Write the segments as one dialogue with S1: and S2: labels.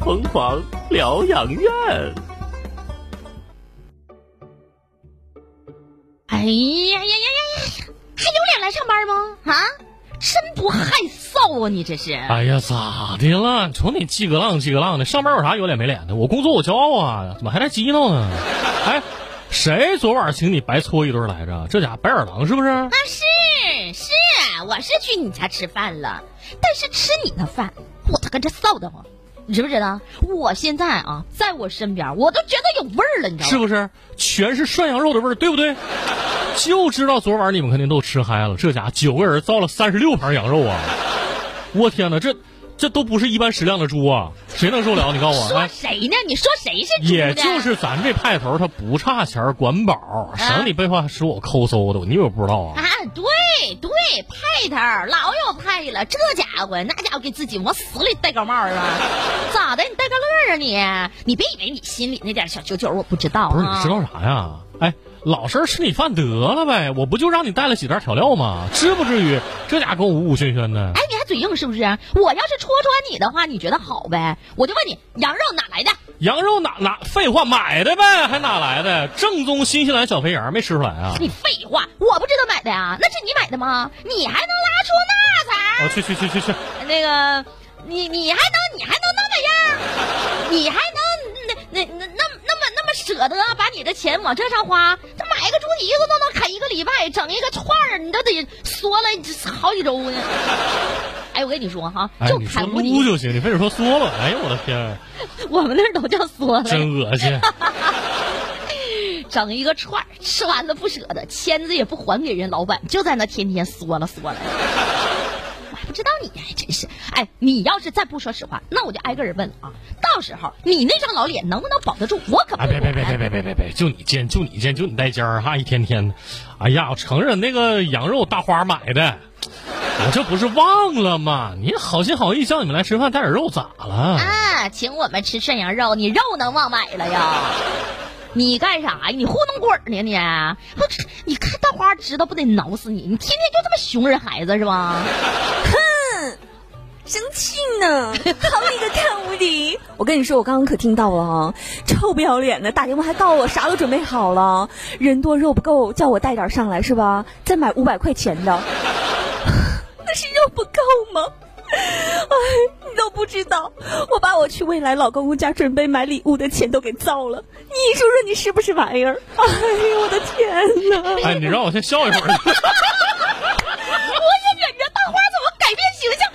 S1: 疯狂疗养院。
S2: 哎呀呀呀呀呀！还有脸来上班吗？啊，真不害臊啊！你这是。
S1: 哎呀，咋的了？瞅你叽个浪叽个浪的，上班有啥有脸没脸的？我工作我骄傲啊，怎么还来激闹呢？哎，谁昨晚请你白搓一顿来着？这家伙白眼狼是不是？
S2: 啊，是是，我是去你家吃饭了，但是吃你的饭，我他跟这臊得慌，你知不知道？我现在啊，在我身边，我都觉得有味儿了，你知道
S1: 是
S2: 吗？
S1: 不是？全是涮羊肉的味儿，对不对？就知道昨晚你们肯定都吃嗨了，这家伙九个人造了三十六盘羊肉啊！我天哪，这这都不是一般食量的猪啊，谁能受了？你告诉我，
S2: 说
S1: 哎，
S2: 谁呢？你说谁是猪的？
S1: 也就是咱这派头，他不差钱儿，管饱，省你背后还使我抠搜的，你以为我不知道啊？
S2: 啊，对对，派头儿老有派了，这家伙那家伙给自己往死里戴高帽儿啊！咋的？你戴个乐儿啊你？你别以为你心里那点小九九我不知道啊！
S1: 不是，你知道啥呀？哎，老实吃你饭得了呗，我不就让你带了几袋调料吗？至不至于这家伙跟我呜呜喧喧的。
S2: 哎，你还嘴硬是不是？我要是戳穿你的话，你觉得好呗？我就问你，羊肉哪来的？
S1: 羊肉哪哪废话买的呗，还哪来的？正宗新西兰小肥羊没吃出来啊！
S2: 你废话，我不知道买的呀，那是你买的吗？你还能拉出那茬
S1: 哦
S2: 儿？，
S1: 去去去去去，
S2: 那个，你你还能你还能那么样儿？你还能那那那那那么那么舍得把你的钱往这上花？这买个猪蹄子都能啃一个礼拜，整一个串儿你都得缩了好几周呢。 哎，我跟你说哈，
S1: 哎，
S2: 就
S1: 你说
S2: 砍无
S1: 撸
S2: 理，
S1: 就行，你非得说嗦了，哎呦我的天，
S2: 我们那儿都叫缩了。
S1: 真恶 心！
S2: 整一个串儿，吃完了不舍得，签子也不还给人老板，就在那天天缩了缩了。 我还不知道你呢，真是！哎，你要是再不说实话，那我就挨个人问了啊！到时候你那张老脸能不能保得住，我可不
S1: 哎，别别别别别别别别，就你贱，就你贱，就你带尖儿哈，一天天的。哎呀，我承认那个羊肉大花买的，我这不是忘了吗？你好心好意叫你们来吃饭，带点肉咋了？
S2: 啊！请我们吃涮羊肉，你肉能忘买了呀？你干啥呀？你糊弄鬼儿呢你？我这你看大花知道不得挠死你？你天天就这么熊人孩子是吧？
S3: 生气呢！他们一个看无敌。 我跟你说，我刚刚可听到了啊，臭不要脸的打电话还告我啥都准备好了，人多肉不够，叫我带点上来是吧？再买五百块钱的，那是肉不够吗？哎，你都不知道，我把我去未来老公公家准备买礼物的钱都给造了，你说说你是不是玩意儿？哎呦，我的天哪！
S1: 哎，你让我先笑一会儿。
S2: 我也忍着大花怎么改变形象。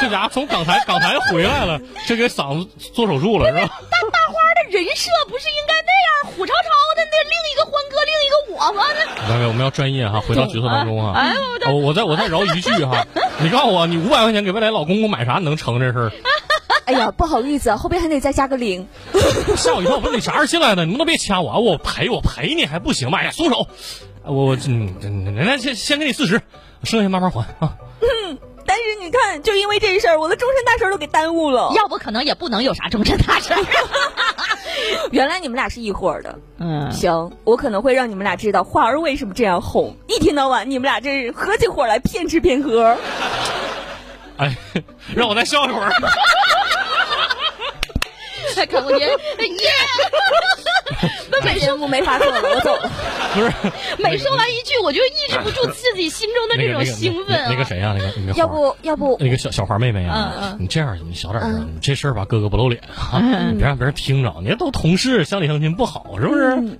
S1: 这家伙从港台港台回来了，这给嗓子做手术了是吧？
S2: 但大花的人设不是应该那样虎超超的那另一个欢哥，另一个我吗？那
S1: 没有，没有我们要专业哈，回到角色当中哈。
S2: 哎哎
S1: 哦
S2: 我
S1: 我再我再饶一句哈，你告诉我，你五百块钱给未来老公公买啥能成这事儿？
S3: 哎呀，不好意思，后边还得再加个零。
S1: 吓我一跳！我说你啥时候进来的？你能不能别掐我啊？我赔我赔你还不行吗？哎呀，松手！我我嗯嗯，来先先给你四十，剩下慢慢还啊。
S3: 但是你看，就因为这事儿，我的终身大事儿都给耽误了。
S2: 要不可能也不能有啥终身大事。
S3: 原来你们俩是一伙儿的，
S2: 嗯，
S3: 行，我可能会让你们俩知道花儿为什么这样红。一天到晚，你们俩这是合起伙来骗吃骗喝。
S1: 哎，让我再笑一会儿。
S2: 可哎我觉得耶，
S3: 本身我没法做了，我走了。
S1: 不 是，
S2: 每说完一句，我就抑制不住自己心中的
S1: 那
S2: 这
S1: 个
S2: 种
S1: 那个
S2: 兴奋啊。
S1: 那个谁呀？那个那个
S3: 要
S1: 花儿
S3: 不要不，
S1: 那个小小花妹妹啊，
S2: 嗯
S1: 你这样你小点声，你这事儿吧，哥哥不露脸啊，你别让别人听着，你都同事乡里乡亲不好是不是？
S2: 嗯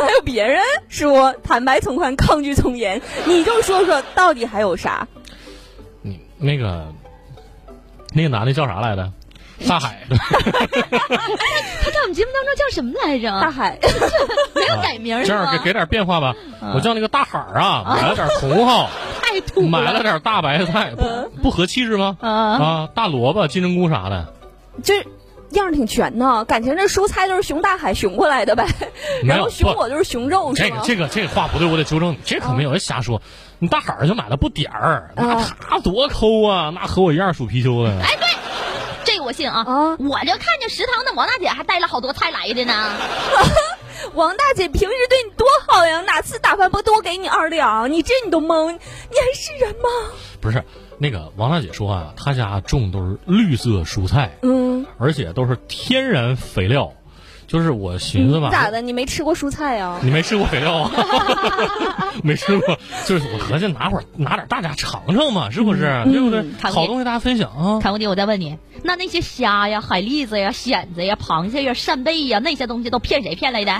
S3: 还有别人说坦白从宽，抗拒从严，你就说说到底还有啥？
S1: 嗯你那个那个男的叫啥来着？大海
S2: 他在我们节目当中叫什么来
S1: 啊
S3: 大
S2: 着？
S3: 海，
S2: 没有改名儿
S1: 这
S2: 哎是
S1: 样
S2: 吗嗯
S1: 给？给点变化吧。我叫那个大海儿啊，买了点茼蒿，
S2: 太土了。
S1: 买了点大白菜，
S3: 嗯
S1: 不不合气质吗？
S2: 啊，
S1: 啊，大萝卜、金针菇啥的，
S3: 这样儿挺全呢，感情这蔬菜都是熊大海熊过来的呗，
S1: 没
S3: 然
S1: 有
S3: 后熊
S1: 不
S3: 我就是熊肉
S1: 这
S3: 是
S1: 个
S3: 吗？嗯
S1: 这个这个话不对，我得纠正你，这可没有人瞎说。你大海儿就买了不点儿，那
S3: 啊
S1: 他多抠啊，那和我一样数貔貅的。
S2: 哎对。这个我信啊！
S3: 啊
S2: 我就看见食堂的王大姐还带了好多菜来的呢。
S3: 王大姐平时对你多好呀，哪次打饭不多给你二两？你这你都蒙，你还是人吗？
S1: 不是，那个王大姐说啊，她家种都是绿色蔬菜，
S3: 嗯，
S1: 而且都是天然肥料。就是我寻思吧，
S3: 咋的？你没吃过蔬菜呀、
S1: 你没吃过肥料啊？ 没吃过，就是我合计拿会儿拿点大家尝尝嘛，是不是？
S3: 嗯
S1: 对不对？
S2: 看
S1: 好
S2: 你
S1: 东西大家分享啊。
S2: 谭无敌，我再问你，那那些虾呀、海蛎子呀、蚬子呀、螃蟹呀、扇贝呀，那些东西都骗谁骗来的？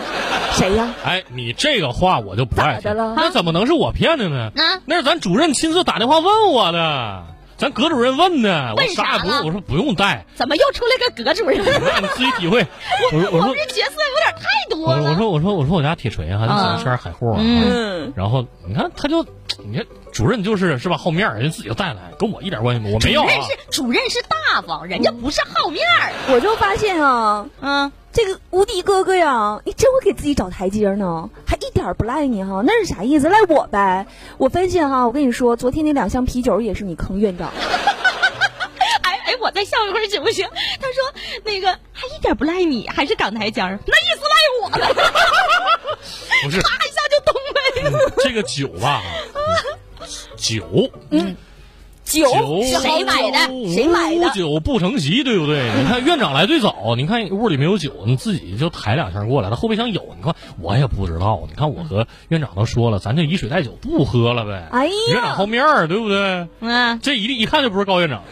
S3: 谁呀、
S1: 哎，你这个话我就不爱
S3: 咋
S1: 听
S3: 的了
S1: 那怎么能是我骗的呢？
S2: 啊
S1: 那是咱主任亲自打电话问我的，咱葛主任问的，我
S2: 问
S1: 啥也不
S2: 啥了
S1: 用，我说不用带，
S2: 怎么又出来个葛主任？
S1: 那你自己体会。我 说我
S2: 我
S1: 说
S2: 们这角色有点太多
S1: 我说我
S2: 了。
S1: 说我说我说我家铁锤啊，就
S2: 啊
S1: 小圈海货啊。
S2: 嗯
S3: 嗯，
S1: 然后你看，他就，你看主任就是是吧，好面儿，人自己就带来，跟我一点关系没有，我没要
S2: 主
S1: 啊
S2: 任。是主任是大方，人家不是好面儿。
S3: 我就发现啊，
S2: 嗯，
S3: 这个无敌哥哥呀，你真会给自己找台阶呢，还一点儿不赖你哈，那是啥意思？赖我呗。我分析哈，我跟你说，昨天那两箱啤酒也是你坑院长。
S2: 哎哎，我再笑一会儿行不行？他说那个还一点不赖你，还是港台腔儿，那意思赖我了，
S1: 不是
S2: 啪一下就东北了。
S1: 这个酒吧，酒
S3: 酒
S1: 酒
S3: 是好
S2: 谁买的
S1: 无
S3: 谁买的嗯
S1: 酒不成席，对不对？你看院长来最早，你看屋里没有酒，你自己就抬两箱过来了。后备箱有，你看我也不知道。你看我和院长都说了，咱就以水代酒，不喝了呗。
S3: 哎呀
S1: 院长好面儿，对不对？
S2: 嗯，
S1: 这一定一看就不是高院长。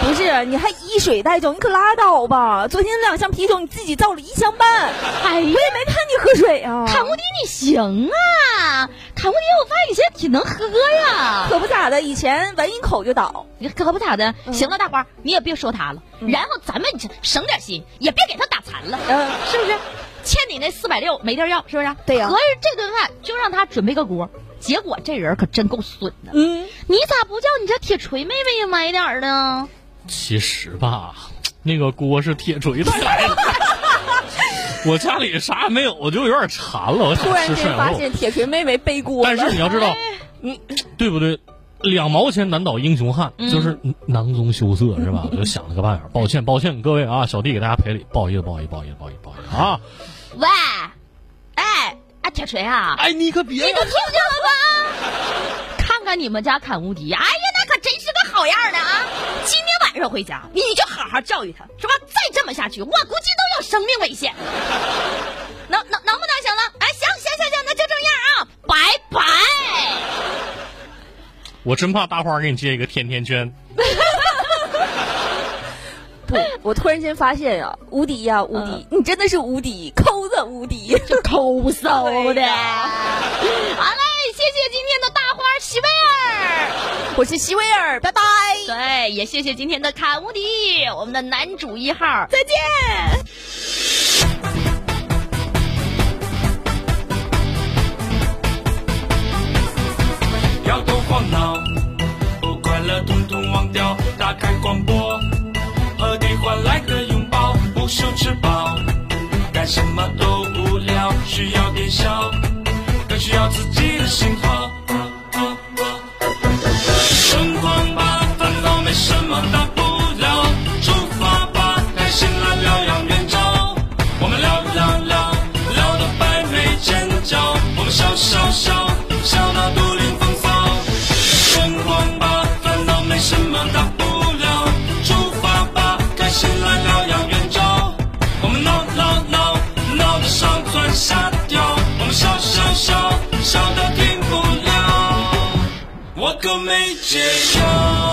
S3: 不是，你还以水代酒，你可拉倒吧！昨天那两箱啤酒你自己造了一箱半，
S2: 哎呀，
S3: 我也没看你喝水啊，
S2: 坎无敌你行啊，坎无敌，我发现你现在挺能喝呀。
S3: 可不咋的，以前闻一口就倒。
S2: 你可不咋的，行了，大花，你也别说他了，然后咱们省点心，也别给他打残了，
S3: 嗯
S2: 是不是？欠你那四百六没地儿要，是不是？
S3: 对啊呀
S2: 合着这顿饭就让他准备个锅，结果这人可真够损的。
S3: 嗯，
S2: 你咋不叫你这铁锤妹妹也买点儿呢？
S1: 其实吧，那个锅是铁锤带来 的。我家里啥也没有，我就有点馋了，我想
S3: 突然
S1: 吃
S3: 间
S1: 涮
S3: 发
S1: 羊肉。
S3: 现铁锤妹妹背锅
S1: 但是你
S3: 了。
S1: 要知道，嗯，对不对？两毛钱难倒英雄汉，就是囊中羞涩是吧？我就想了个办法，抱歉抱歉各位啊，小弟给大家赔礼，不好意思不好意思不好意思不好意思不好意思啊！
S2: 喂，哎，哎，铁锤啊，
S1: 哎，你可别呀
S2: 你都听见了吧？看看你们家砍无敌，哎呀，那可真是个好样儿的啊！今天晚上回家，你就好好教育他，是吧？再这么下去，我估计都有生命危险。能能能不能行了？哎，行行行行，那就这样啊，拜拜。
S1: 我真怕大花给你接一个甜甜圈，
S3: 不，我突然间发现呀、无敌呀、无敌，你真的是无敌，抠子无敌。
S2: 嗯就抠搜
S3: 哎
S2: 的。
S3: 呀
S2: 好嘞，谢谢今天的大花西贝尔。
S3: 我是席维尔，拜拜，
S2: 对，也谢谢今天的卡无敌，我们的男主一号。
S3: 再见。
S4: 摇头晃脑，不快乐统统忘掉。打开广播，和你换来个拥抱，不愁吃饱，干什么都无聊，需要点笑，更需要自己的信号。疯狂吧，烦恼没什么大不了，出发吧，开心了疗养院照。我们聊聊聊，聊到百媚千娇，我们笑笑笑，笑到独领风骚。疯狂吧，烦恼没什么大不了，出发吧，开心了疗养院照。我们闹闹闹，闹得上蹿下跳，我们笑笑笑，笑到停不了。我可没解药。